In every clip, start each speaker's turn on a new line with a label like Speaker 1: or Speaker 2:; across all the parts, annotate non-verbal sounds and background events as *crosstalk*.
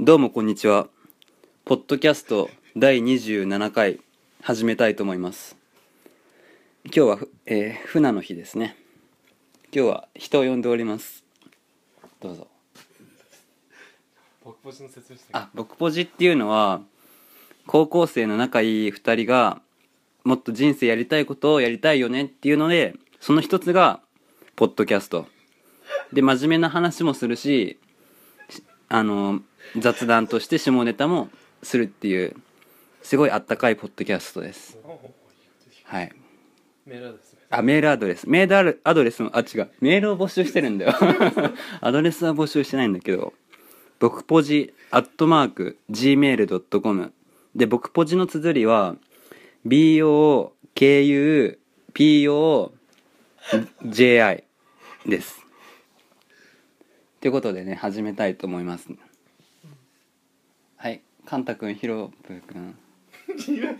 Speaker 1: どうもこんにちは。ポッドキャスト第27回始めたいと思います。今日はふ、えー、船の日ですね。今日は人を呼んでおります。どうぞ。
Speaker 2: 僕ポジの説明して
Speaker 1: あ、僕ポジっていうのは、高校生の仲いい二人が、もっと人生やりたいことをやりたいよねっていうので、その一つが、ポッドキャスト。で、真面目な話もするし、しあの、雑談として下ネタもするっていう、すごいあったかいポッドキャストです。はい。
Speaker 2: メールアドレス
Speaker 1: あ、メールアドレス。メールアドアドレスも、あ、違う。メールを募集してるんだよ。アドレスは募集してないんだけど、僕ポジ、アットマーク、gmail.com。で、僕ポジの綴りは、b-o-k-u-p-o-j-i です。ということでね、始めたいと思います。はい。カンタくん、ヒロプく *laughs* ん。ね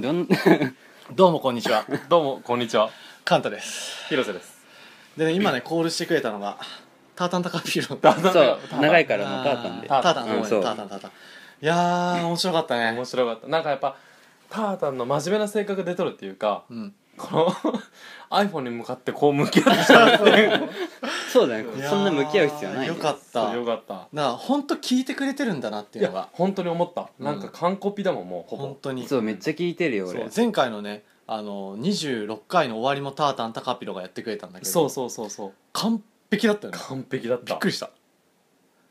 Speaker 1: どん、 *laughs*
Speaker 3: どうもこんにちは
Speaker 2: どうもこんにちは
Speaker 3: カンタです
Speaker 2: 広瀬です
Speaker 3: でね今ねコールしてくれたのがタータンタカピーロン
Speaker 2: タータン
Speaker 1: そう、長いか
Speaker 3: タ
Speaker 1: らもうタータンで。
Speaker 3: タータン
Speaker 1: うん
Speaker 3: ごめん
Speaker 1: そう
Speaker 3: タータンタータンいやー面白かったね
Speaker 2: 面白かったなんかやっぱタータンの真面目な性格出とるっていうか
Speaker 3: うん
Speaker 2: この *laughs* iPhone に向かってこう向き合ってきたっていう
Speaker 1: そうだね
Speaker 3: いやー
Speaker 1: そんな向き合う必要ないね
Speaker 3: よかっ
Speaker 2: そ
Speaker 3: た
Speaker 2: うよかった
Speaker 3: なあ本当聞いてくれてるんだなって
Speaker 2: い
Speaker 3: いうの
Speaker 2: や
Speaker 3: が
Speaker 2: 本当に思ったなんか完コピだもんもうほ
Speaker 3: 本
Speaker 2: ぼ
Speaker 3: 当に
Speaker 1: そうめっちゃ聞いてるよ
Speaker 3: そ
Speaker 1: 俺
Speaker 3: う前回のねあの26回の終わりもタータンタカピーロンがやってくれたんだけど
Speaker 2: そうそうそうそう
Speaker 3: 完璧だったよね
Speaker 2: 完璧だった
Speaker 3: びっくりした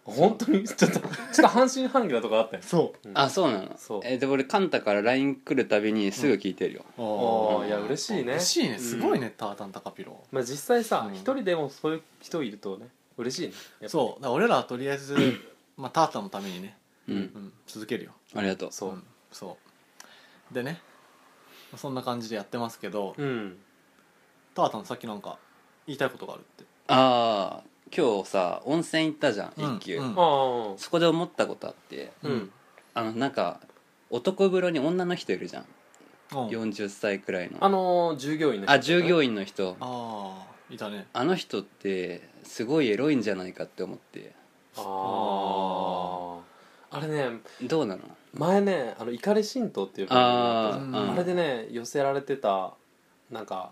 Speaker 2: 本当にちょっとちょっと半信半疑なとこあったよ
Speaker 3: そう
Speaker 1: あそうなの
Speaker 2: そう
Speaker 1: えで俺カンタから LINE 来るたびにすぐ聞いてるよ、
Speaker 2: お
Speaker 3: お
Speaker 2: ーいや嬉しいね
Speaker 3: 嬉しいねすごいねタータンタカピーロン
Speaker 2: まあ実際さ
Speaker 3: うん
Speaker 2: 一人でもそういう人いるとね嬉しいねやっぱ
Speaker 3: そうだから俺らはとりあえ
Speaker 2: *clears throat*
Speaker 3: ず、まあ、タータンのためにね、
Speaker 1: うん
Speaker 3: うん、続けるよ
Speaker 1: ありがとう
Speaker 2: そうん
Speaker 3: そうでねまあそんな感じでやってますけど、
Speaker 2: うん
Speaker 3: タータンさっきなんか言いたいことがあるって
Speaker 1: ああ今日さ温泉行ったじゃん
Speaker 3: うん
Speaker 1: 一級、
Speaker 3: うん
Speaker 2: ああ
Speaker 1: そこで思ったことあって
Speaker 2: うん
Speaker 1: あのなんか男風呂に女の人いるじゃん、
Speaker 3: うんあ
Speaker 1: 40歳くらいの
Speaker 2: あのー従業員の人
Speaker 1: あ従業員の人あ
Speaker 3: あーいたね
Speaker 1: の人ってすごいエロいんじゃないかって思って
Speaker 2: あああれね
Speaker 1: どうなの
Speaker 2: 前ね「あの怒り神道」っていう番組があった
Speaker 1: あ
Speaker 2: じ
Speaker 1: ー、
Speaker 2: ゃ
Speaker 3: う
Speaker 2: ん
Speaker 3: ん
Speaker 1: あ
Speaker 2: あれでね寄せられてたなんか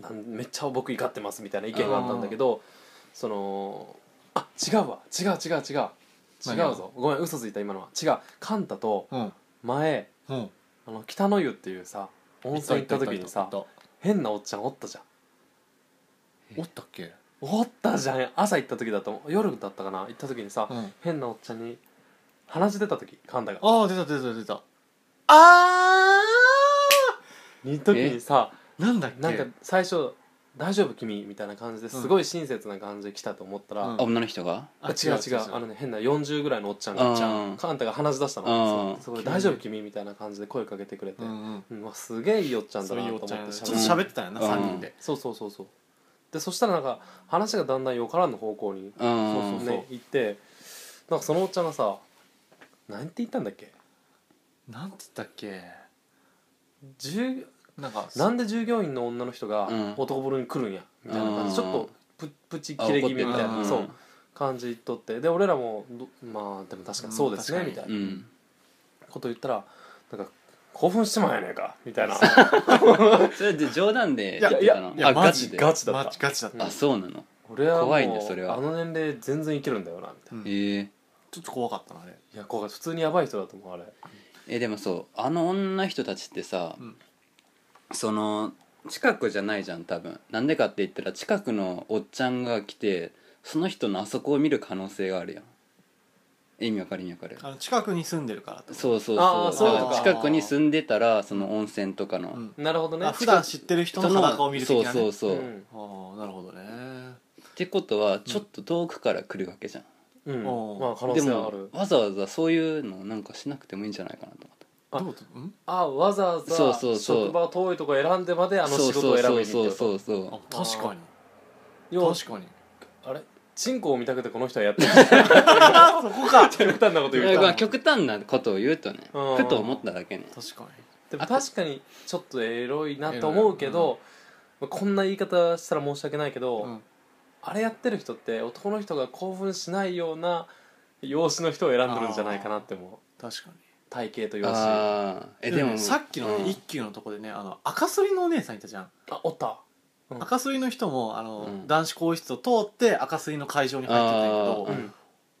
Speaker 2: なんめっちゃ僕怒ってますみたいな意見があったんだけどそのあ違うわ違う違う違う
Speaker 3: 何
Speaker 2: 違うぞごめん嘘ついた今のは違うカンタと
Speaker 3: うん
Speaker 2: 前
Speaker 3: うん
Speaker 2: あの北の湯っていうさ温泉行った時にさ
Speaker 3: いたいたいたい
Speaker 2: 変なおっちゃんおったじゃん
Speaker 3: たおったっけ
Speaker 2: おったじゃん朝行った時だと思う夜だったかな行った時にさ、
Speaker 3: うん
Speaker 2: 変なおっちゃんに話し出た時カンタが
Speaker 3: ああ出た出た出たあ
Speaker 2: に時にさ
Speaker 3: ーなんだっけ
Speaker 2: なんか最初「大丈夫君」みたいな感じですごい親切な感じで来たと思ったら、
Speaker 3: うん
Speaker 1: あ女の人が
Speaker 2: あ違う違うあのね変な40ぐらいのおっちゃんが
Speaker 1: うん
Speaker 2: ちゃんカンタが話し出した
Speaker 1: う
Speaker 2: の
Speaker 1: ん
Speaker 2: すごい「大丈夫君」みたいな感じで声かけてくれて、
Speaker 3: う
Speaker 2: うん
Speaker 3: んうん
Speaker 2: うわすげえいいおっちゃんだ
Speaker 3: そう
Speaker 2: な
Speaker 3: いう
Speaker 2: と
Speaker 3: お
Speaker 2: 思
Speaker 3: っ
Speaker 2: って
Speaker 3: ちゃんちょっ
Speaker 2: 喋る
Speaker 3: と喋ってたよな、
Speaker 1: うん
Speaker 3: 三人で
Speaker 2: そうそうそうそうでそしたらなんか話がだんだんよからぬ方向に、
Speaker 1: う
Speaker 2: そうんそうね行ってなんかそのおっちゃんがさなんて言ったんだっけ
Speaker 3: なんつったっけ
Speaker 2: 10
Speaker 3: なんか
Speaker 2: なんで従業員の女の人が
Speaker 1: うん
Speaker 2: 男風呂に来るんやみたいな感じち
Speaker 1: う
Speaker 2: ょ
Speaker 1: ん
Speaker 2: っとププチ切れ気味みたい
Speaker 3: あ怒って
Speaker 2: な
Speaker 3: た
Speaker 2: そう感じとってで俺らもどまあでも確かにそうですね
Speaker 3: うん
Speaker 2: みたいうなんこと言ったらなんか興奮してまうんやねんかみたいな
Speaker 1: それで冗談で言
Speaker 3: いや
Speaker 1: ってたの
Speaker 3: いや
Speaker 1: あ
Speaker 3: マ
Speaker 1: ガ
Speaker 3: ジ
Speaker 1: チ
Speaker 3: で
Speaker 1: で
Speaker 2: ガチだった
Speaker 3: マジガチだった、
Speaker 2: うん
Speaker 1: あそうなの
Speaker 2: 俺はもう
Speaker 1: 怖いねそれは
Speaker 2: あの年齢全然いけるんだよなみたいな
Speaker 3: うんち
Speaker 1: ええ
Speaker 3: ょっと怖かったなあれ
Speaker 2: いやこう普通にヤバい人だと思うあれ
Speaker 1: えでもそうあの女人たちってさ、
Speaker 3: うん
Speaker 1: その近くじゃないじゃん多分なんでかって言ったら近くのおっちゃんが来てその人のあそこを見る可能性があるやん意味わかる意味わかる
Speaker 3: あの近くに住んでるからって
Speaker 1: そうそう
Speaker 2: あー
Speaker 1: そ
Speaker 2: そうう
Speaker 1: だ
Speaker 2: い
Speaker 1: か
Speaker 2: うこ
Speaker 1: ら
Speaker 2: とか
Speaker 1: 近くに住んでたらその温泉とかの、
Speaker 3: うん
Speaker 2: なるほどね
Speaker 3: あ普段知ってる人の裸を見る的
Speaker 1: そう
Speaker 3: な、ね、
Speaker 1: そうそう、っ
Speaker 3: ああなるほどね
Speaker 1: てことはちょっと遠くから来るわけじゃん、
Speaker 2: うん、うん
Speaker 3: おー
Speaker 2: まあ可能
Speaker 1: で
Speaker 2: 性はあ
Speaker 1: も
Speaker 2: る
Speaker 1: わざわざそういうのなんかしなくてもいいんじゃないかなと思った
Speaker 2: あ
Speaker 3: どういうことん
Speaker 2: あわざわ
Speaker 1: そう
Speaker 2: ざ
Speaker 1: そうそう
Speaker 2: 職場遠いとこ選んでまであの
Speaker 1: そう
Speaker 2: 仕事
Speaker 1: そ
Speaker 2: を
Speaker 1: う
Speaker 2: 選ぶ
Speaker 1: そ
Speaker 2: に
Speaker 1: う
Speaker 2: ってこ
Speaker 1: そう
Speaker 2: と
Speaker 1: そうそう
Speaker 3: あ確かに
Speaker 2: 要は
Speaker 3: 確かに
Speaker 2: あれチンコを見たくてこの人はや *laughs* ってる
Speaker 3: あそこか
Speaker 2: 極端なこと言う
Speaker 3: い
Speaker 2: と
Speaker 3: や
Speaker 1: まあ極端なことを言うとね
Speaker 2: うん
Speaker 1: ふと思っただけね
Speaker 3: 確か
Speaker 2: でも
Speaker 1: あと
Speaker 2: 確かにちょっとエロいなと思うけど、まあこんな言い方したら申し訳ないけど、
Speaker 3: に、うん、
Speaker 2: あれやってる人って男の人が興奮しないような容姿の人を選んでるんじゃないかなって思う
Speaker 3: 確かに
Speaker 2: 体型と容姿あ
Speaker 1: ああえ
Speaker 3: え
Speaker 1: で
Speaker 3: で
Speaker 1: も
Speaker 3: もねさっきの
Speaker 1: うん
Speaker 3: ね一休のとこでねあの赤すりのお姉さんいたじゃん
Speaker 2: おったうん
Speaker 3: 赤すりの人もあの、
Speaker 1: うん
Speaker 3: 男子更衣室を通って赤すりの会場に入ってたんやけど、
Speaker 1: あー
Speaker 2: うん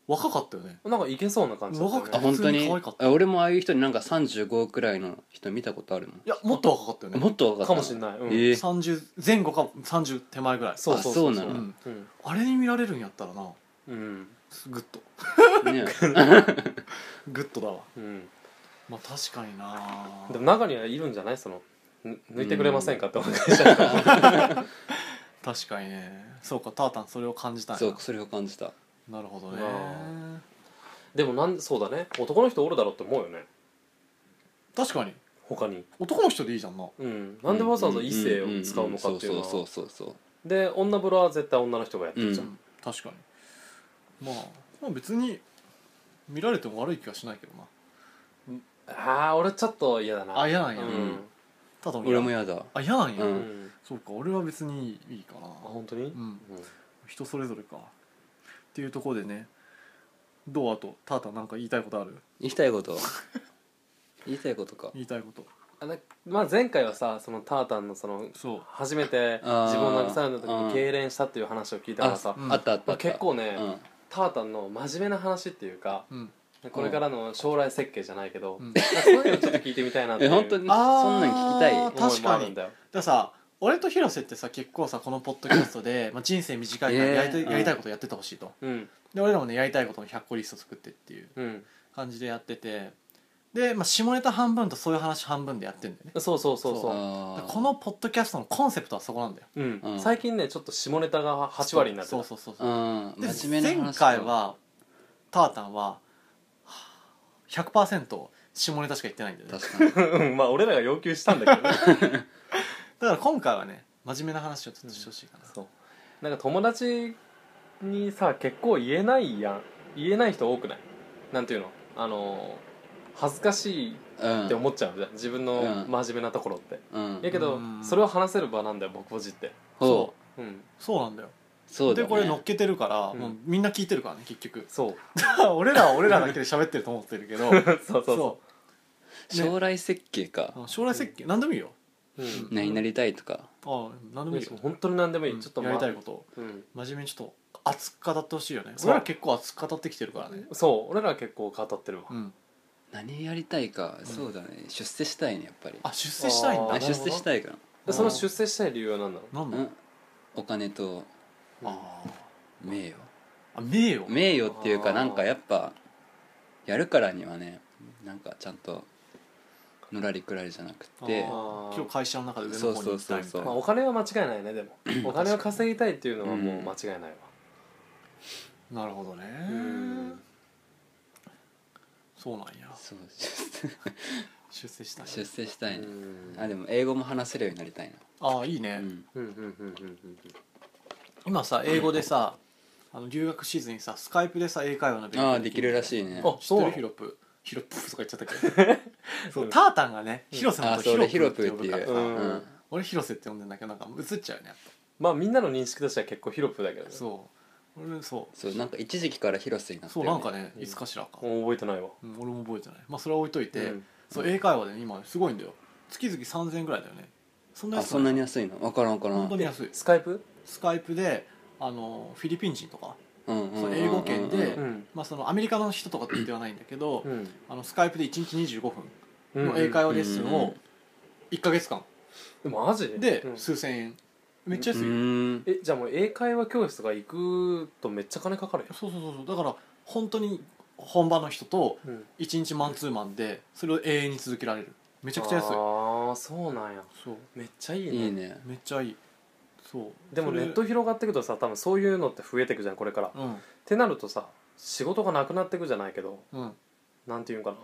Speaker 3: 若かったよね
Speaker 2: なんかいけそうな感じだったよね
Speaker 3: 若く
Speaker 1: あ本当
Speaker 3: 普通に
Speaker 1: に
Speaker 3: 可愛かった
Speaker 1: あ俺もああいう人になんか35くらいの人見たことあるもん
Speaker 3: いやもっと若かったよね
Speaker 1: もっと分かった
Speaker 2: かもしんないうん
Speaker 1: ええ
Speaker 3: 30前後かも30手前ぐらい
Speaker 2: そうそうそう
Speaker 1: あそうな
Speaker 3: う
Speaker 1: の
Speaker 3: ん、
Speaker 2: うん
Speaker 3: あれに見られるんやったらな
Speaker 2: うん
Speaker 3: グッと
Speaker 2: *laughs*
Speaker 1: ね
Speaker 3: グッとだわ
Speaker 2: うん
Speaker 3: まあ確かにな
Speaker 2: でも中にはいるんじゃないそのぬ抜いてくれませんかってお *laughs* 願いしたら
Speaker 3: 確かにねそうかタータンそれを感じたんや
Speaker 1: そうそれを感じた
Speaker 3: ななるほどね
Speaker 2: までもなんそうだね男の人おるだろうって思うよね
Speaker 3: 確かに
Speaker 2: 他に
Speaker 3: 男の人でいいじゃんな
Speaker 2: うんなんでわざわざ異性を使うのかっていうの
Speaker 1: そ
Speaker 2: は
Speaker 1: うそうそうそう
Speaker 2: で女風呂は絶対女の人がやってるじゃん
Speaker 1: うん
Speaker 3: 確かにまあ、まあ、別に見られても悪い気はしないけどな
Speaker 2: ああ俺ちょっと嫌だな
Speaker 3: あ嫌なんや
Speaker 2: うん
Speaker 3: ただ
Speaker 1: 俺も嫌だ
Speaker 3: あ嫌なんや、
Speaker 1: う
Speaker 2: うんん
Speaker 3: そうか俺は別にいいかな
Speaker 2: あ本当にう
Speaker 3: うんん人それぞれかっていうところでねどうあとタータンなんか言いたいことある
Speaker 1: 言いたいこと
Speaker 2: *laughs*
Speaker 1: 言いたいことか
Speaker 3: 言いたいこと
Speaker 2: あだまあ前回はさそのタータンのその
Speaker 3: そう
Speaker 2: 初めて
Speaker 1: あー
Speaker 2: 自分を慰めた時
Speaker 1: うん
Speaker 2: に痙攣したっていう話を聞いたからさ
Speaker 3: うん
Speaker 1: あったあったあった
Speaker 2: 結構ね、
Speaker 1: うん
Speaker 2: タータンの真面目な話っていうか
Speaker 3: うん
Speaker 2: これからの将来設計じゃないけど、
Speaker 3: う
Speaker 2: な
Speaker 3: ん
Speaker 2: んかそういうのちょっと聞いてみたいなってい
Speaker 1: え
Speaker 2: う
Speaker 1: 本当に *laughs* そん
Speaker 3: あー
Speaker 1: なん聞きたい
Speaker 2: 思いもあ
Speaker 3: 確か
Speaker 2: る
Speaker 3: に
Speaker 2: んだよ
Speaker 3: ださ俺と広瀬ってさ結構さこのポッドキャスト
Speaker 1: *clears throat*
Speaker 3: でまあ人生短いからやりたい
Speaker 1: えー
Speaker 3: やりたいことやっててほしいと
Speaker 2: うん
Speaker 3: で俺らもねやりたいことの100個リスト作ってっていう
Speaker 2: うん
Speaker 3: 感じでやっててで、まあ、下ネタ半分とそういう話半分でやってんだよね
Speaker 2: そうそうそうそう
Speaker 1: あー
Speaker 3: このポッドキャストのコンセプトはそこなんだよ
Speaker 2: うん
Speaker 1: うん
Speaker 2: 最近ねちょっと下ネタが8割になって
Speaker 3: そう
Speaker 2: た
Speaker 3: そうそうそう
Speaker 1: うん
Speaker 3: で
Speaker 1: 真面目な
Speaker 3: 前
Speaker 1: 話と
Speaker 3: 回はタータンは100%下ネタしか言ってないんだよね
Speaker 1: 確かに
Speaker 2: *laughs* うんまあ俺らが要求したんだけどね
Speaker 3: だから今回はね真面目な話をちょっとしてほしいかな、
Speaker 2: そう *laughs* なんか友達にさ結構言えないやん言えない人多くないなんていうのあの恥ずかしい *laughs* って思っちゃうじゃん自分の
Speaker 1: うん
Speaker 2: 真面目なところって
Speaker 1: うんうん
Speaker 2: やけど
Speaker 3: うん
Speaker 2: それを話せる場なんだよ僕ぼじって
Speaker 1: ほ
Speaker 3: そう
Speaker 2: うん
Speaker 3: そうなんだよ
Speaker 1: そうだ
Speaker 3: で
Speaker 1: ね
Speaker 3: これ乗っけてるから、
Speaker 2: うん
Speaker 3: もうみんな聞いてるからね結局
Speaker 2: そう
Speaker 3: *laughs* 俺らは俺らだけで喋ってると思ってる
Speaker 1: *laughs*
Speaker 3: けど
Speaker 2: そうそうそ
Speaker 1: 将来設計か
Speaker 3: あの将来設計何でもいいよ
Speaker 2: ううん
Speaker 1: 何になりたいとか
Speaker 3: あ何でもいいよ
Speaker 2: 本当に何でもいい
Speaker 3: うん
Speaker 2: ちょっと
Speaker 3: やり
Speaker 2: ま
Speaker 3: たいことを
Speaker 2: うん
Speaker 3: 真面目にちょっと熱く語ってほしいよね
Speaker 2: そう
Speaker 3: 俺ら結構熱く語ってきてるからね
Speaker 2: そう俺ら結構語ってるわ
Speaker 3: うん
Speaker 1: 何やりたいかそうだね出世したいねやっぱり
Speaker 3: あ出世したいん
Speaker 2: あ
Speaker 1: あ
Speaker 2: ー
Speaker 3: だ
Speaker 1: 出世したいか
Speaker 2: でその出世したい理由は何なの
Speaker 3: なん
Speaker 1: ら
Speaker 3: だ
Speaker 1: うんお金と
Speaker 3: あー
Speaker 1: 名誉
Speaker 3: あ名誉
Speaker 1: 名誉っていう
Speaker 2: あ
Speaker 1: か
Speaker 2: ー
Speaker 1: なんかやっぱやるからにはねなんかちゃんとのらりくらりじゃなくて
Speaker 3: あー今日会社の中で上の方に行きたいみた
Speaker 1: そうそうそう
Speaker 3: い
Speaker 2: ま
Speaker 3: な
Speaker 2: あ、お金は間違いないねでもお金を稼ぎたいっていうのはもう間違いないわ
Speaker 3: なるほどね
Speaker 2: うん
Speaker 3: そうなんや
Speaker 1: そう出世
Speaker 3: 出世したい
Speaker 1: 出世 *laughs* した
Speaker 2: う
Speaker 1: いね
Speaker 2: ん
Speaker 1: あでも英語も話せるようになりたい
Speaker 3: ああいいね、
Speaker 1: なうん
Speaker 2: うんうんうんうんうん
Speaker 3: 今さ英語でさあの留学シーズンにさスカイプでさ英会話の勉
Speaker 1: あ
Speaker 3: 強
Speaker 1: あできるらしいね
Speaker 2: あ
Speaker 3: 知って
Speaker 2: そう
Speaker 3: るヒロプヒロプとか言っちゃったけ *laughs* どそうタータンがね広瀬の
Speaker 1: あ
Speaker 3: こ
Speaker 1: そう
Speaker 3: と
Speaker 1: 俺
Speaker 3: ヒ
Speaker 1: ヒ
Speaker 3: ロ
Speaker 1: ロ
Speaker 3: プ
Speaker 1: プ
Speaker 3: っ
Speaker 1: ってて
Speaker 3: 呼ぶ
Speaker 1: い
Speaker 3: から
Speaker 1: う
Speaker 3: さ、
Speaker 2: うん
Speaker 1: うん
Speaker 3: 俺広瀬って呼んでんだけどなんか映っちゃうよねやっ
Speaker 2: まあみんなの認識としては結構ヒロプだけど
Speaker 3: ぱ
Speaker 2: ね
Speaker 3: そう俺そう
Speaker 1: そうなんか一時期から広瀬になった
Speaker 3: そう
Speaker 1: よ
Speaker 3: な
Speaker 1: ね
Speaker 3: んかね
Speaker 2: うん
Speaker 3: いつかしらか、
Speaker 2: もう覚えてないわ
Speaker 3: うん俺も覚えてないまあそれは置いといて、
Speaker 2: うん
Speaker 3: そう英会話で、ね、今すごいんだよ月々3000円ぐらいだよねそんな
Speaker 1: あ
Speaker 3: 安く
Speaker 1: そんないに安いのわからんわからん
Speaker 3: 本当に安い
Speaker 2: スカイプ
Speaker 3: スカイプであのフィリピン人とか、
Speaker 1: うんうん
Speaker 3: そ
Speaker 1: うん
Speaker 3: の英語圏で、
Speaker 1: うん
Speaker 2: ん
Speaker 3: まあ、そのアメリカの人とかではないんだけど、
Speaker 2: うん
Speaker 3: あのスカイプで1日25分の英会話レッスン
Speaker 1: うんうんう
Speaker 3: を
Speaker 1: ん
Speaker 3: 1か月間
Speaker 2: マジ
Speaker 3: で
Speaker 2: うん
Speaker 3: 数千円めっちゃ安いよ、
Speaker 1: うん
Speaker 2: えじゃあもう英会話教室とか行くとめっちゃ金かかる
Speaker 3: そうそうそうそうだから本当に本場の人と
Speaker 2: やんめ
Speaker 3: 1日マンツーマンでそれを永遠に続けられるめちゃくちゃ安い
Speaker 2: ああそうなんや
Speaker 3: そう
Speaker 2: めっちゃいいね
Speaker 1: いいね
Speaker 3: めっちゃいいそう
Speaker 2: でも
Speaker 3: それ
Speaker 2: ネット広がってくとさ多分そういうのって増えてくじゃんこれからっ
Speaker 3: うん
Speaker 2: てなるとさ仕事がなくなってくじゃないけど
Speaker 3: うん
Speaker 2: なんていうんかな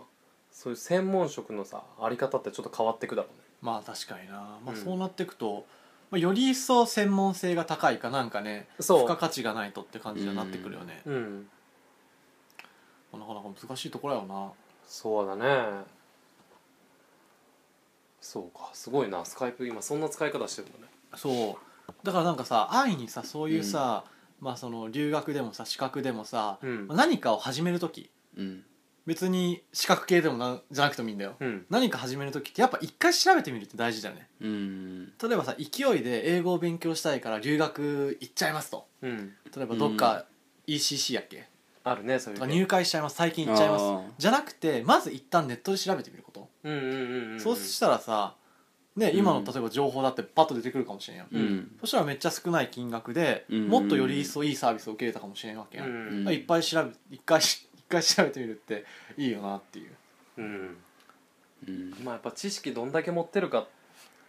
Speaker 2: そういう専門職のさあり方ってちょっと変わってくだろうね
Speaker 3: まあ確かにな、ま
Speaker 2: う
Speaker 3: あ、
Speaker 2: ん
Speaker 3: そうなっていくと、まあ、より一層専門性が高いかなんかね
Speaker 2: そ
Speaker 3: 付加
Speaker 2: う
Speaker 3: 価値がないとって感じにはなってくるよね、
Speaker 2: うん
Speaker 3: なかなか難しいところやよな
Speaker 2: そうだねそうかすごいなスカイプ今そんな使い方してるんだね
Speaker 3: そうだからなんかさ安易にさそういうさ、まあその留学でもさ資格でもさ、
Speaker 2: うん
Speaker 3: まあ何かを始める時
Speaker 1: うん
Speaker 3: 別に資格系でもなんじゃなくてもいいんだよ、
Speaker 2: うん
Speaker 3: 何か始める時ってやっぱ一回調べてみるって大事だよね
Speaker 1: うん
Speaker 3: 例えばさ勢いで英語を勉強したいから留学行っちゃいますと
Speaker 2: うん
Speaker 3: 例えばどっか ECC やっけ、
Speaker 2: あるねそうい
Speaker 3: と
Speaker 2: う
Speaker 3: か
Speaker 2: 系
Speaker 3: 入会しちゃいます最近行っちゃいま
Speaker 1: あ
Speaker 3: す
Speaker 1: ー
Speaker 3: じゃなくてまず一旦ネットで調べてみること、
Speaker 2: うんうんうんうん
Speaker 3: そうしたらさね今の
Speaker 1: うん
Speaker 3: 例えば情報だってパッと出てくるかもしれんや、
Speaker 1: うんうん
Speaker 3: そしたらめっちゃ少ない金額で、
Speaker 1: うん
Speaker 3: もっとより一層いいサービスを受けれたかもしれんわけ
Speaker 2: う
Speaker 3: や、
Speaker 2: ん
Speaker 3: まあいっぱい調べ一回し一回調べてみるっていいよなっていう
Speaker 2: うん
Speaker 1: うん
Speaker 2: まあやっぱ知識どんだけ持ってるかっ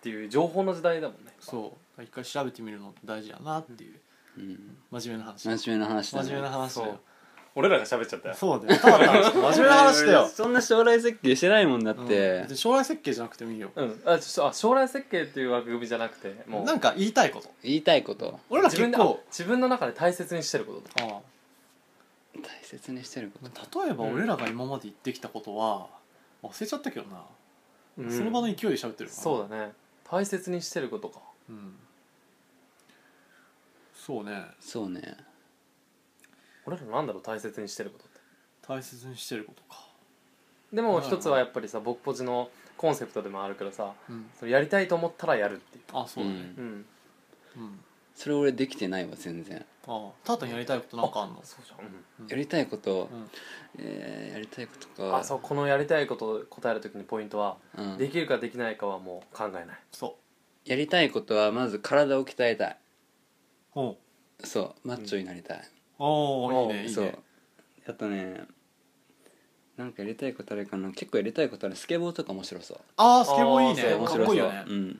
Speaker 2: ていう情報の時代だもんね
Speaker 3: そう一回調べてみるの大事やなっていう
Speaker 1: うん
Speaker 3: 真面目な話
Speaker 1: 真面目な話だ
Speaker 3: 真
Speaker 1: ね
Speaker 3: 面目な話だよ
Speaker 2: 俺らが喋っちゃったよ
Speaker 3: そうだよただの話真面目な話だよ
Speaker 1: そんな将来設計してないもんだっ
Speaker 3: うん
Speaker 1: て
Speaker 3: 別に将来設計じゃなくてもいいよ
Speaker 2: うんあちょあ将来設計っていう枠組みじゃなくてもう
Speaker 3: なんか言いたいこと
Speaker 1: 言いたいこと
Speaker 3: 俺ら
Speaker 2: 自
Speaker 3: 結
Speaker 2: 分であ
Speaker 3: 構
Speaker 2: 自分の中で大切にしてることと
Speaker 3: ああ
Speaker 1: 大切にしてること
Speaker 3: 例えば俺らが今まで言ってきたことは忘れちゃったけどな、その場の勢いで喋ってるから
Speaker 2: そうだね大切にしてることか
Speaker 3: うんそうね
Speaker 1: そうね
Speaker 2: 俺らなんだろう大切にしてることって
Speaker 3: 大切にしてることか、
Speaker 2: でも一つはやっぱりさ僕ポジのコンセプトでもあるからさ
Speaker 3: うん、
Speaker 2: それやりたいと思ったらやるってい
Speaker 3: あそうだね
Speaker 2: ううん
Speaker 3: うん、
Speaker 1: それ俺できてないわ全然
Speaker 3: ああタータンやりたいことなんかあんの
Speaker 2: そうじゃん、
Speaker 1: やりたいこと
Speaker 3: うん
Speaker 1: えーやりたいこと
Speaker 2: うん
Speaker 1: か
Speaker 2: あそうこのやりたいことを答える時にポイントは、
Speaker 1: うん
Speaker 2: できるかできないかはもう考えない
Speaker 3: そ
Speaker 1: やりたいことはまず体を鍛えたいう
Speaker 3: おう
Speaker 1: そうマッチョになりたい、
Speaker 3: お
Speaker 2: おう
Speaker 3: ういいねいい
Speaker 1: そう
Speaker 3: ね
Speaker 1: あとねなんかやりたいことあるかな結構やりたいことあるスケボーとか面白そう
Speaker 3: ああスケボーいい
Speaker 2: あ
Speaker 3: ね
Speaker 2: ー
Speaker 1: 面
Speaker 3: か
Speaker 1: 白
Speaker 3: っ
Speaker 1: そ
Speaker 3: こ
Speaker 1: う
Speaker 3: いいよね
Speaker 1: うん
Speaker 3: い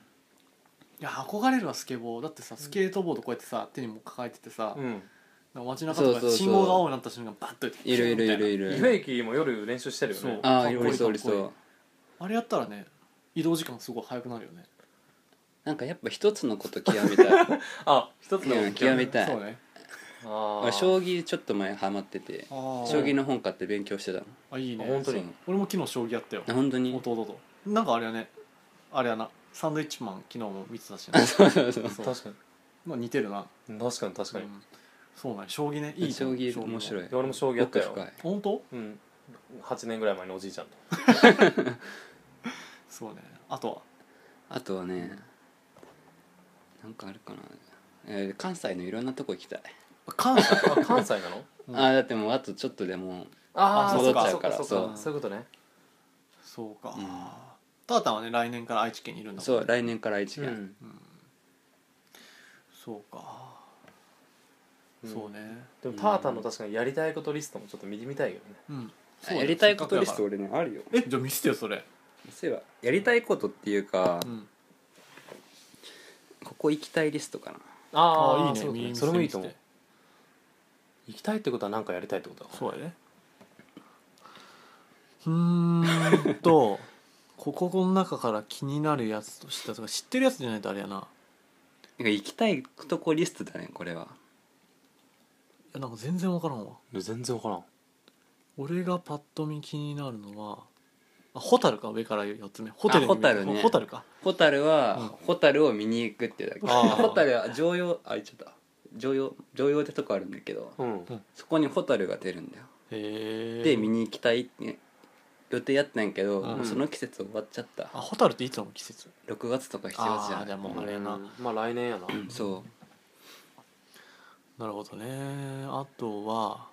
Speaker 3: や憧れるわスケボーだってさスケートボードこうやってさ手にも抱えててさ、
Speaker 2: うん
Speaker 3: なんか街中とかで信号が青になった瞬間バッと
Speaker 1: いるいるいるい
Speaker 2: イ
Speaker 1: る
Speaker 2: フェイキーも夜練習してるよ
Speaker 3: そう
Speaker 2: ね
Speaker 1: あ
Speaker 3: か
Speaker 1: あ
Speaker 3: っこいい
Speaker 1: いるいそういる
Speaker 3: かっこいい
Speaker 1: そう
Speaker 3: あれやったらね移動時間すごい早くなるよね
Speaker 1: なんかやっぱ一つのこと極めたい
Speaker 2: あ一つの
Speaker 1: うん極めた
Speaker 3: そ
Speaker 1: いう
Speaker 3: ね
Speaker 2: あ
Speaker 1: 俺
Speaker 2: あ
Speaker 1: 将棋ちょっと前ハマってて
Speaker 3: あー
Speaker 1: 将棋の本買って勉強してたの
Speaker 3: あいいね
Speaker 2: あ本当に
Speaker 1: そう
Speaker 3: 俺も昨日将棋やったよ
Speaker 1: あ本当に
Speaker 3: 弟となんかあれやねあれやなサンドイッチマン昨日も見てたしな、
Speaker 1: *laughs* そうそうそう
Speaker 3: そう
Speaker 2: 確か
Speaker 3: まあ、似てるな、
Speaker 2: に確かに確かに、
Speaker 3: うんそうなん将棋ねいい
Speaker 1: 将棋面白
Speaker 3: い
Speaker 1: い
Speaker 2: で俺も将棋やったよ
Speaker 1: 奥深い
Speaker 3: 本当
Speaker 2: うん8年ぐらい前のおじいちゃんと
Speaker 3: そうねあとは
Speaker 1: あとはねなんかあるかな、えー関西のいろんなとこ行きたい、
Speaker 3: あ関西
Speaker 2: あ関西なの
Speaker 3: うん
Speaker 1: ああだってもうあとちょっとでも
Speaker 2: ああ
Speaker 3: 戻っちゃ
Speaker 1: うから
Speaker 2: そうそう
Speaker 3: そう
Speaker 2: そういうことね
Speaker 3: そうか、
Speaker 1: うん
Speaker 3: タータンはね来年から愛知県にいるんだもん
Speaker 1: そう来年から愛知
Speaker 2: う
Speaker 1: 県、
Speaker 2: ん
Speaker 3: そうか、
Speaker 2: うん
Speaker 3: そうね
Speaker 2: でもタータンの確かにやりたいことリストもちょっと見てみたいけどね
Speaker 3: うん
Speaker 1: あやりたいことリスト
Speaker 3: ト
Speaker 1: 俺ねあるよ
Speaker 3: えじゃあ見せてよそれ
Speaker 1: そういえばやりたいことっていうか、
Speaker 3: うん
Speaker 1: ここ行きたいリストかな
Speaker 3: ああいいね
Speaker 2: そうだ
Speaker 3: 見せて
Speaker 2: それもいいと思
Speaker 3: 見
Speaker 2: う
Speaker 3: せて
Speaker 2: 行きたいってことは何かやりたいってことだ
Speaker 3: そうやねうーんと *laughs* ここの中から気になるやつとしてとか知ってるやつじゃないとあれやな
Speaker 1: なんか行きたいとこリストだねこれはい
Speaker 3: やなんか全然分からんわ
Speaker 2: いや全然分からん
Speaker 3: 俺がパッと見気になるのはあホタルか上から4つ目ホテルに
Speaker 1: あホタルね
Speaker 3: ホタルか
Speaker 1: ホタルは、
Speaker 3: う
Speaker 1: ホタルを見に行くっていうだけ
Speaker 2: あー
Speaker 1: ホタルは常用あ行っちゃった常用常用ってとこあるんだけど
Speaker 2: うん
Speaker 1: そこにホタルが出るんだよ
Speaker 3: へえ
Speaker 1: で見に行きたいって予定やったんやけど、
Speaker 3: うん
Speaker 1: もうその季節終わっちゃった
Speaker 3: あホタルっていつの季節
Speaker 1: 6月とか7月じ
Speaker 3: あ
Speaker 1: ゃ
Speaker 3: あ
Speaker 1: ん
Speaker 3: じゃあもうあれやな、
Speaker 2: うんまあ来年やな
Speaker 1: うんそ
Speaker 3: なるほどねあとは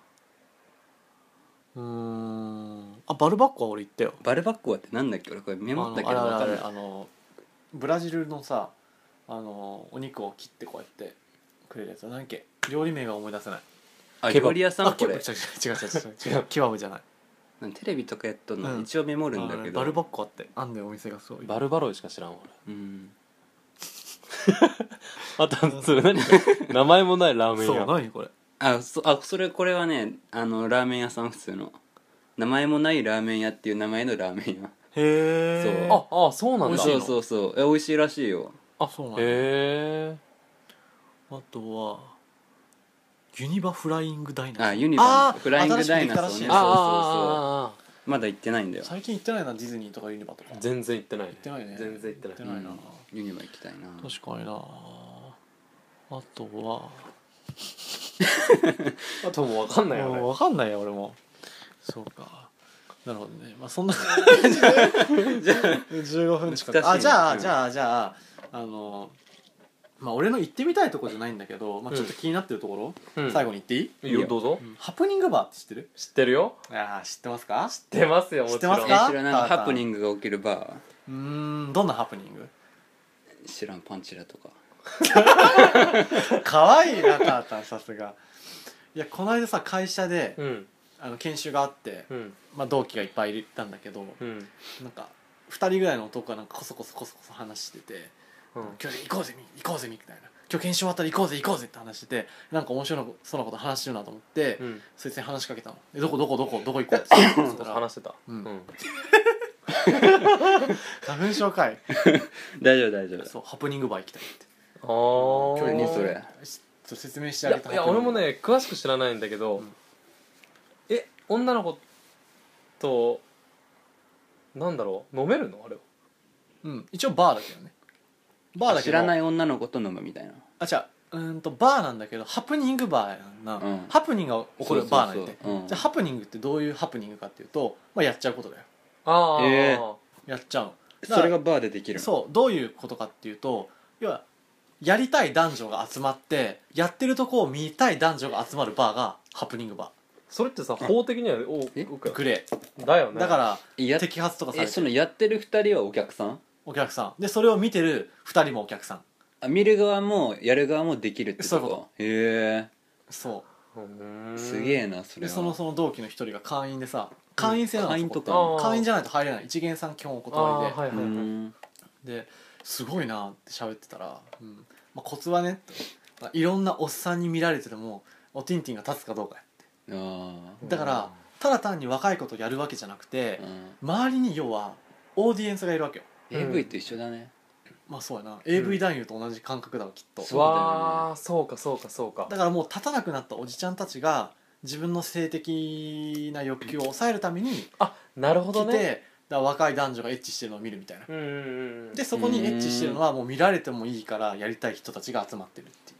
Speaker 3: うーんあバルバッコは俺行ったよ
Speaker 1: うバルバッコアってなんだっけ俺これメ
Speaker 3: あ
Speaker 1: モ
Speaker 3: の
Speaker 1: った
Speaker 3: あれ
Speaker 1: けど分
Speaker 3: あ
Speaker 1: か
Speaker 3: れ
Speaker 1: んな
Speaker 3: あれ
Speaker 1: い
Speaker 3: あのブラジルのさあのお肉を切ってこうやってくれるやつ何だっけ料理名が思い出せない
Speaker 1: あ
Speaker 2: ケ
Speaker 1: ケ
Speaker 2: バブ
Speaker 1: バリ屋さ
Speaker 3: あ
Speaker 1: んこれ
Speaker 3: ケバ違う違う違
Speaker 1: *laughs*
Speaker 3: う違う違うケバブじゃない
Speaker 1: なんかテレビとかやっとんの、
Speaker 3: うん
Speaker 1: 一応メモるんだ
Speaker 3: あの
Speaker 1: け
Speaker 3: ね
Speaker 1: ど
Speaker 3: バルバッコあってあんだよお店がそういう
Speaker 2: バルバロイしか知らんわ
Speaker 1: うん
Speaker 2: あとそれ *laughs* 何名前もないラーメン
Speaker 3: そう
Speaker 2: 屋
Speaker 3: 何これ
Speaker 1: あそあそれこれはねあのラーメン屋さん普通の名前もないラーメン屋っていう名前のラーメン屋
Speaker 3: へえ
Speaker 1: そう
Speaker 2: ああそうなんだ
Speaker 1: そうそうそうえ美味しいらしいよ
Speaker 3: あそうなんだ
Speaker 2: へえ
Speaker 3: あとはユニバフライングダイナソー
Speaker 1: あユニバ
Speaker 3: あー
Speaker 1: フライングダイナソーね
Speaker 3: 新しくできたらしい
Speaker 1: そうそう
Speaker 3: ね
Speaker 1: そう
Speaker 2: ああ
Speaker 1: まだ行ってないんだよ
Speaker 3: 最近行ってないなディズニーとかユニバとか
Speaker 2: ああ
Speaker 3: 行
Speaker 2: 全然行ってない
Speaker 3: ってないね
Speaker 2: 全然行ってない
Speaker 3: 行ってないな、
Speaker 1: ユニバ行きたいな
Speaker 3: 確かになあとは
Speaker 2: あともう分かんないよね
Speaker 3: もう分かんないよ俺もそうかなるほどねまあそ *laughs* んな15分近
Speaker 1: 難
Speaker 3: く
Speaker 1: しいね
Speaker 3: あじゃ
Speaker 1: う
Speaker 3: あ
Speaker 1: ん
Speaker 3: じゃあじゃああのまあ俺の行ってみたいとこじゃないんだけど、まあ、ちょっと気になってるところ、
Speaker 2: うん
Speaker 3: 最後に言っていい、
Speaker 2: いいよどうぞ
Speaker 3: ハプニングバーって知ってる
Speaker 2: 知ってるよ
Speaker 3: ああ知ってますか
Speaker 2: 知ってますよもちろん
Speaker 3: 知っ
Speaker 1: え
Speaker 3: てますか
Speaker 1: 知らない
Speaker 3: あった
Speaker 1: ハプニングが起きるバ
Speaker 3: うーんどんなハプニング
Speaker 1: ー知らんパンチラとか
Speaker 3: 可愛いなタータンさすがいやこの間さ会社で
Speaker 2: うん
Speaker 3: あの研修があって、
Speaker 2: うん
Speaker 3: まあ、同期がいっぱいいたんだけど、
Speaker 2: うん
Speaker 3: なんか2人ぐらいの男がなんかコソコソコソコソ話してて「今日行こうぜみ行こうぜみ」みたいな「今日研修終わったら行こうぜ行こうぜ」って話しててなんか面白そうなこと話してるなと思って、
Speaker 2: うん
Speaker 3: そいつに話しかけたの「えどこどこどこどこ行こう」って言って
Speaker 2: そう
Speaker 3: た
Speaker 2: そう
Speaker 3: ら
Speaker 2: 話してた
Speaker 3: うん
Speaker 2: うん
Speaker 3: 花粉症かい
Speaker 1: 大丈夫大丈夫
Speaker 3: そうハプニングバー行きたいって
Speaker 2: あー
Speaker 3: 今日
Speaker 1: 何それ
Speaker 3: しちょっと説明し
Speaker 2: い
Speaker 3: てあげ
Speaker 2: や
Speaker 3: た
Speaker 2: いや俺もね詳しく知らないんだけど、
Speaker 3: うん
Speaker 2: え女の子となんだろう飲めるのあれは
Speaker 3: うん一応バーだけどねバーだけど
Speaker 1: 知らないい女の子と飲むみたいな
Speaker 3: あ違ううーんとバーなんだけどハプニングバーやんな、
Speaker 1: うん
Speaker 3: ハプニングが起こるバーな
Speaker 1: そ
Speaker 3: んで
Speaker 1: うそうそううん
Speaker 3: じゃあハプニングってどういうハプニングかっていうと、まあ、やっちゃうことだよ
Speaker 2: あー
Speaker 1: え
Speaker 3: やっちゃうのだか
Speaker 1: そ
Speaker 3: ら
Speaker 1: れがバーでできるの
Speaker 3: そうどういうことかっていうと要はやりたい男女が集まってやってるとこを見たい男女が集まるバーがハプニングバ
Speaker 2: それってさ法的にはお
Speaker 1: え
Speaker 2: お
Speaker 3: ーグレ
Speaker 2: だよ
Speaker 3: ー
Speaker 2: ね
Speaker 3: だから
Speaker 1: や
Speaker 3: 摘発とかさ
Speaker 1: え
Speaker 3: れ
Speaker 1: そ
Speaker 3: て
Speaker 1: の
Speaker 3: る
Speaker 1: やってる二人はお客さん
Speaker 3: お客さんでそれを見てる2人もお客さん
Speaker 1: あ見る側もやる側もできるってこと
Speaker 3: そういうこ
Speaker 1: へ
Speaker 3: そう
Speaker 2: ー
Speaker 1: え
Speaker 2: ん
Speaker 1: すげえなそうれ
Speaker 3: で
Speaker 1: は
Speaker 3: そのその同期の1人が会員でさ会員制なの
Speaker 1: 会員
Speaker 3: そこと
Speaker 1: か
Speaker 2: あー
Speaker 3: 会員じゃないと入れない一元さん基本お
Speaker 2: ああ
Speaker 3: 断りで、
Speaker 2: はいはいは
Speaker 1: う
Speaker 2: い、
Speaker 1: ん
Speaker 3: ですごいなって喋ってたら、うんまあ、コツはねまあいろんなおっさんに見られててもおティンティンが立つかどうかや
Speaker 1: あ
Speaker 3: だからただ単に若いことやるわけじゃなくて
Speaker 1: ー、うん
Speaker 3: 周りに要はオーディエンスがいるわけよ
Speaker 1: AV と一緒だね
Speaker 3: まあそうやな AV 男優と同じ感覚だわきっと、
Speaker 1: そうだよね
Speaker 2: わあそうかそうかそうか
Speaker 3: だからもう立たなくなったおじちゃんたちが自分の性的な欲求を抑えるために
Speaker 2: あなるほ
Speaker 3: 来
Speaker 2: ど
Speaker 3: て、
Speaker 2: ね
Speaker 3: だから若い男女がエッチしてるのを見るみたいな、
Speaker 2: うんうんうん
Speaker 3: でそこにエッチしてるのはもう見られてもいいからやりたい人たちが集まってるってい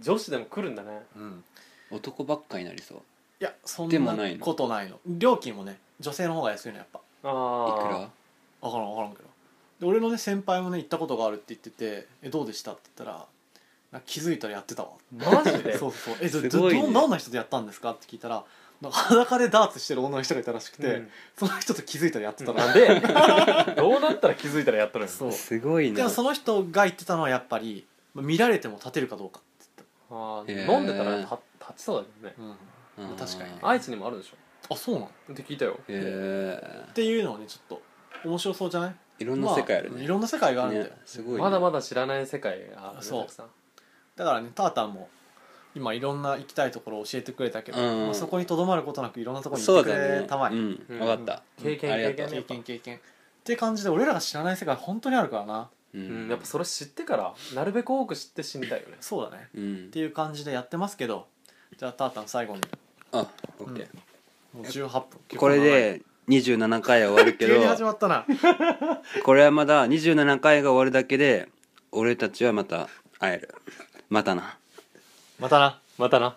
Speaker 2: 女子でも来るんだね
Speaker 3: う、うん、
Speaker 1: 男ばっかになりそう
Speaker 3: いやそん
Speaker 1: でもない
Speaker 3: な
Speaker 1: の
Speaker 3: ことないの料金もね女性の方が安いのやっぱ
Speaker 2: あ
Speaker 1: い
Speaker 2: あ
Speaker 1: くら
Speaker 3: 分からん分からんけどで俺のね先輩もね行ったことがあるって言ってて「えどうでした?」って言ったら「なんか気づいたらやってたわ」
Speaker 2: マジで
Speaker 3: *laughs* そうそうえど
Speaker 1: す
Speaker 3: ど
Speaker 1: ごいね
Speaker 3: どんな人でやったんですかって聞いたらなんか裸でダーツしてる女の人がいたらしくて、
Speaker 2: うん
Speaker 3: その人と気づいたらやってた
Speaker 2: な
Speaker 3: ら、
Speaker 2: んで
Speaker 3: *laughs*
Speaker 2: どうなったら気づいたらやっとるん
Speaker 3: そう
Speaker 1: すごい
Speaker 3: で
Speaker 1: な
Speaker 3: もその人が言ってたのはやっぱりまあ見られても立てるかどうかって
Speaker 2: あ
Speaker 1: へ
Speaker 2: ー
Speaker 1: ー
Speaker 2: 飲んでたら立立ちそうだけどね
Speaker 3: 言ってた、うん
Speaker 1: うん
Speaker 3: 確かにねあ
Speaker 2: 愛知にもあるでしょ
Speaker 3: そうなの
Speaker 2: って聞いたよ
Speaker 1: へ
Speaker 3: っていうのはねちょっと面白そうじゃない
Speaker 1: えいろんな世界ある
Speaker 3: ま
Speaker 1: ね
Speaker 3: いろんな世界があるんだよ、
Speaker 1: ねすごいね
Speaker 2: まだまだ知らない世界があるね
Speaker 3: そう
Speaker 2: たくさん
Speaker 3: だからねタータンも今いろんな行きたいところを教えてくれたけど、
Speaker 1: うん
Speaker 3: まあそこにとどまることなくいろんなところに行
Speaker 1: そ
Speaker 3: っ
Speaker 1: う
Speaker 3: てく
Speaker 1: だ
Speaker 3: れ
Speaker 1: ね
Speaker 3: たまえ、
Speaker 1: うん
Speaker 2: うん
Speaker 1: 分かった
Speaker 2: 経験
Speaker 1: ありがとう
Speaker 2: 経験
Speaker 3: 経験経験って感じで俺らが知らない世界本当にあるからな
Speaker 1: う
Speaker 2: うんやっぱそれ知ってからなるべく多く知って死にたいよね
Speaker 3: そうだね
Speaker 1: うん
Speaker 3: っていう感じでやってますけどじゃあタータン最後に
Speaker 1: あオッケ
Speaker 3: もう18分
Speaker 1: ーこれで27回は終わるけ
Speaker 3: *laughs* 急に始
Speaker 1: ど
Speaker 3: まったな
Speaker 1: これはまだ27回が終わるだけで俺たちはまた会えるまたな
Speaker 3: またな
Speaker 2: またな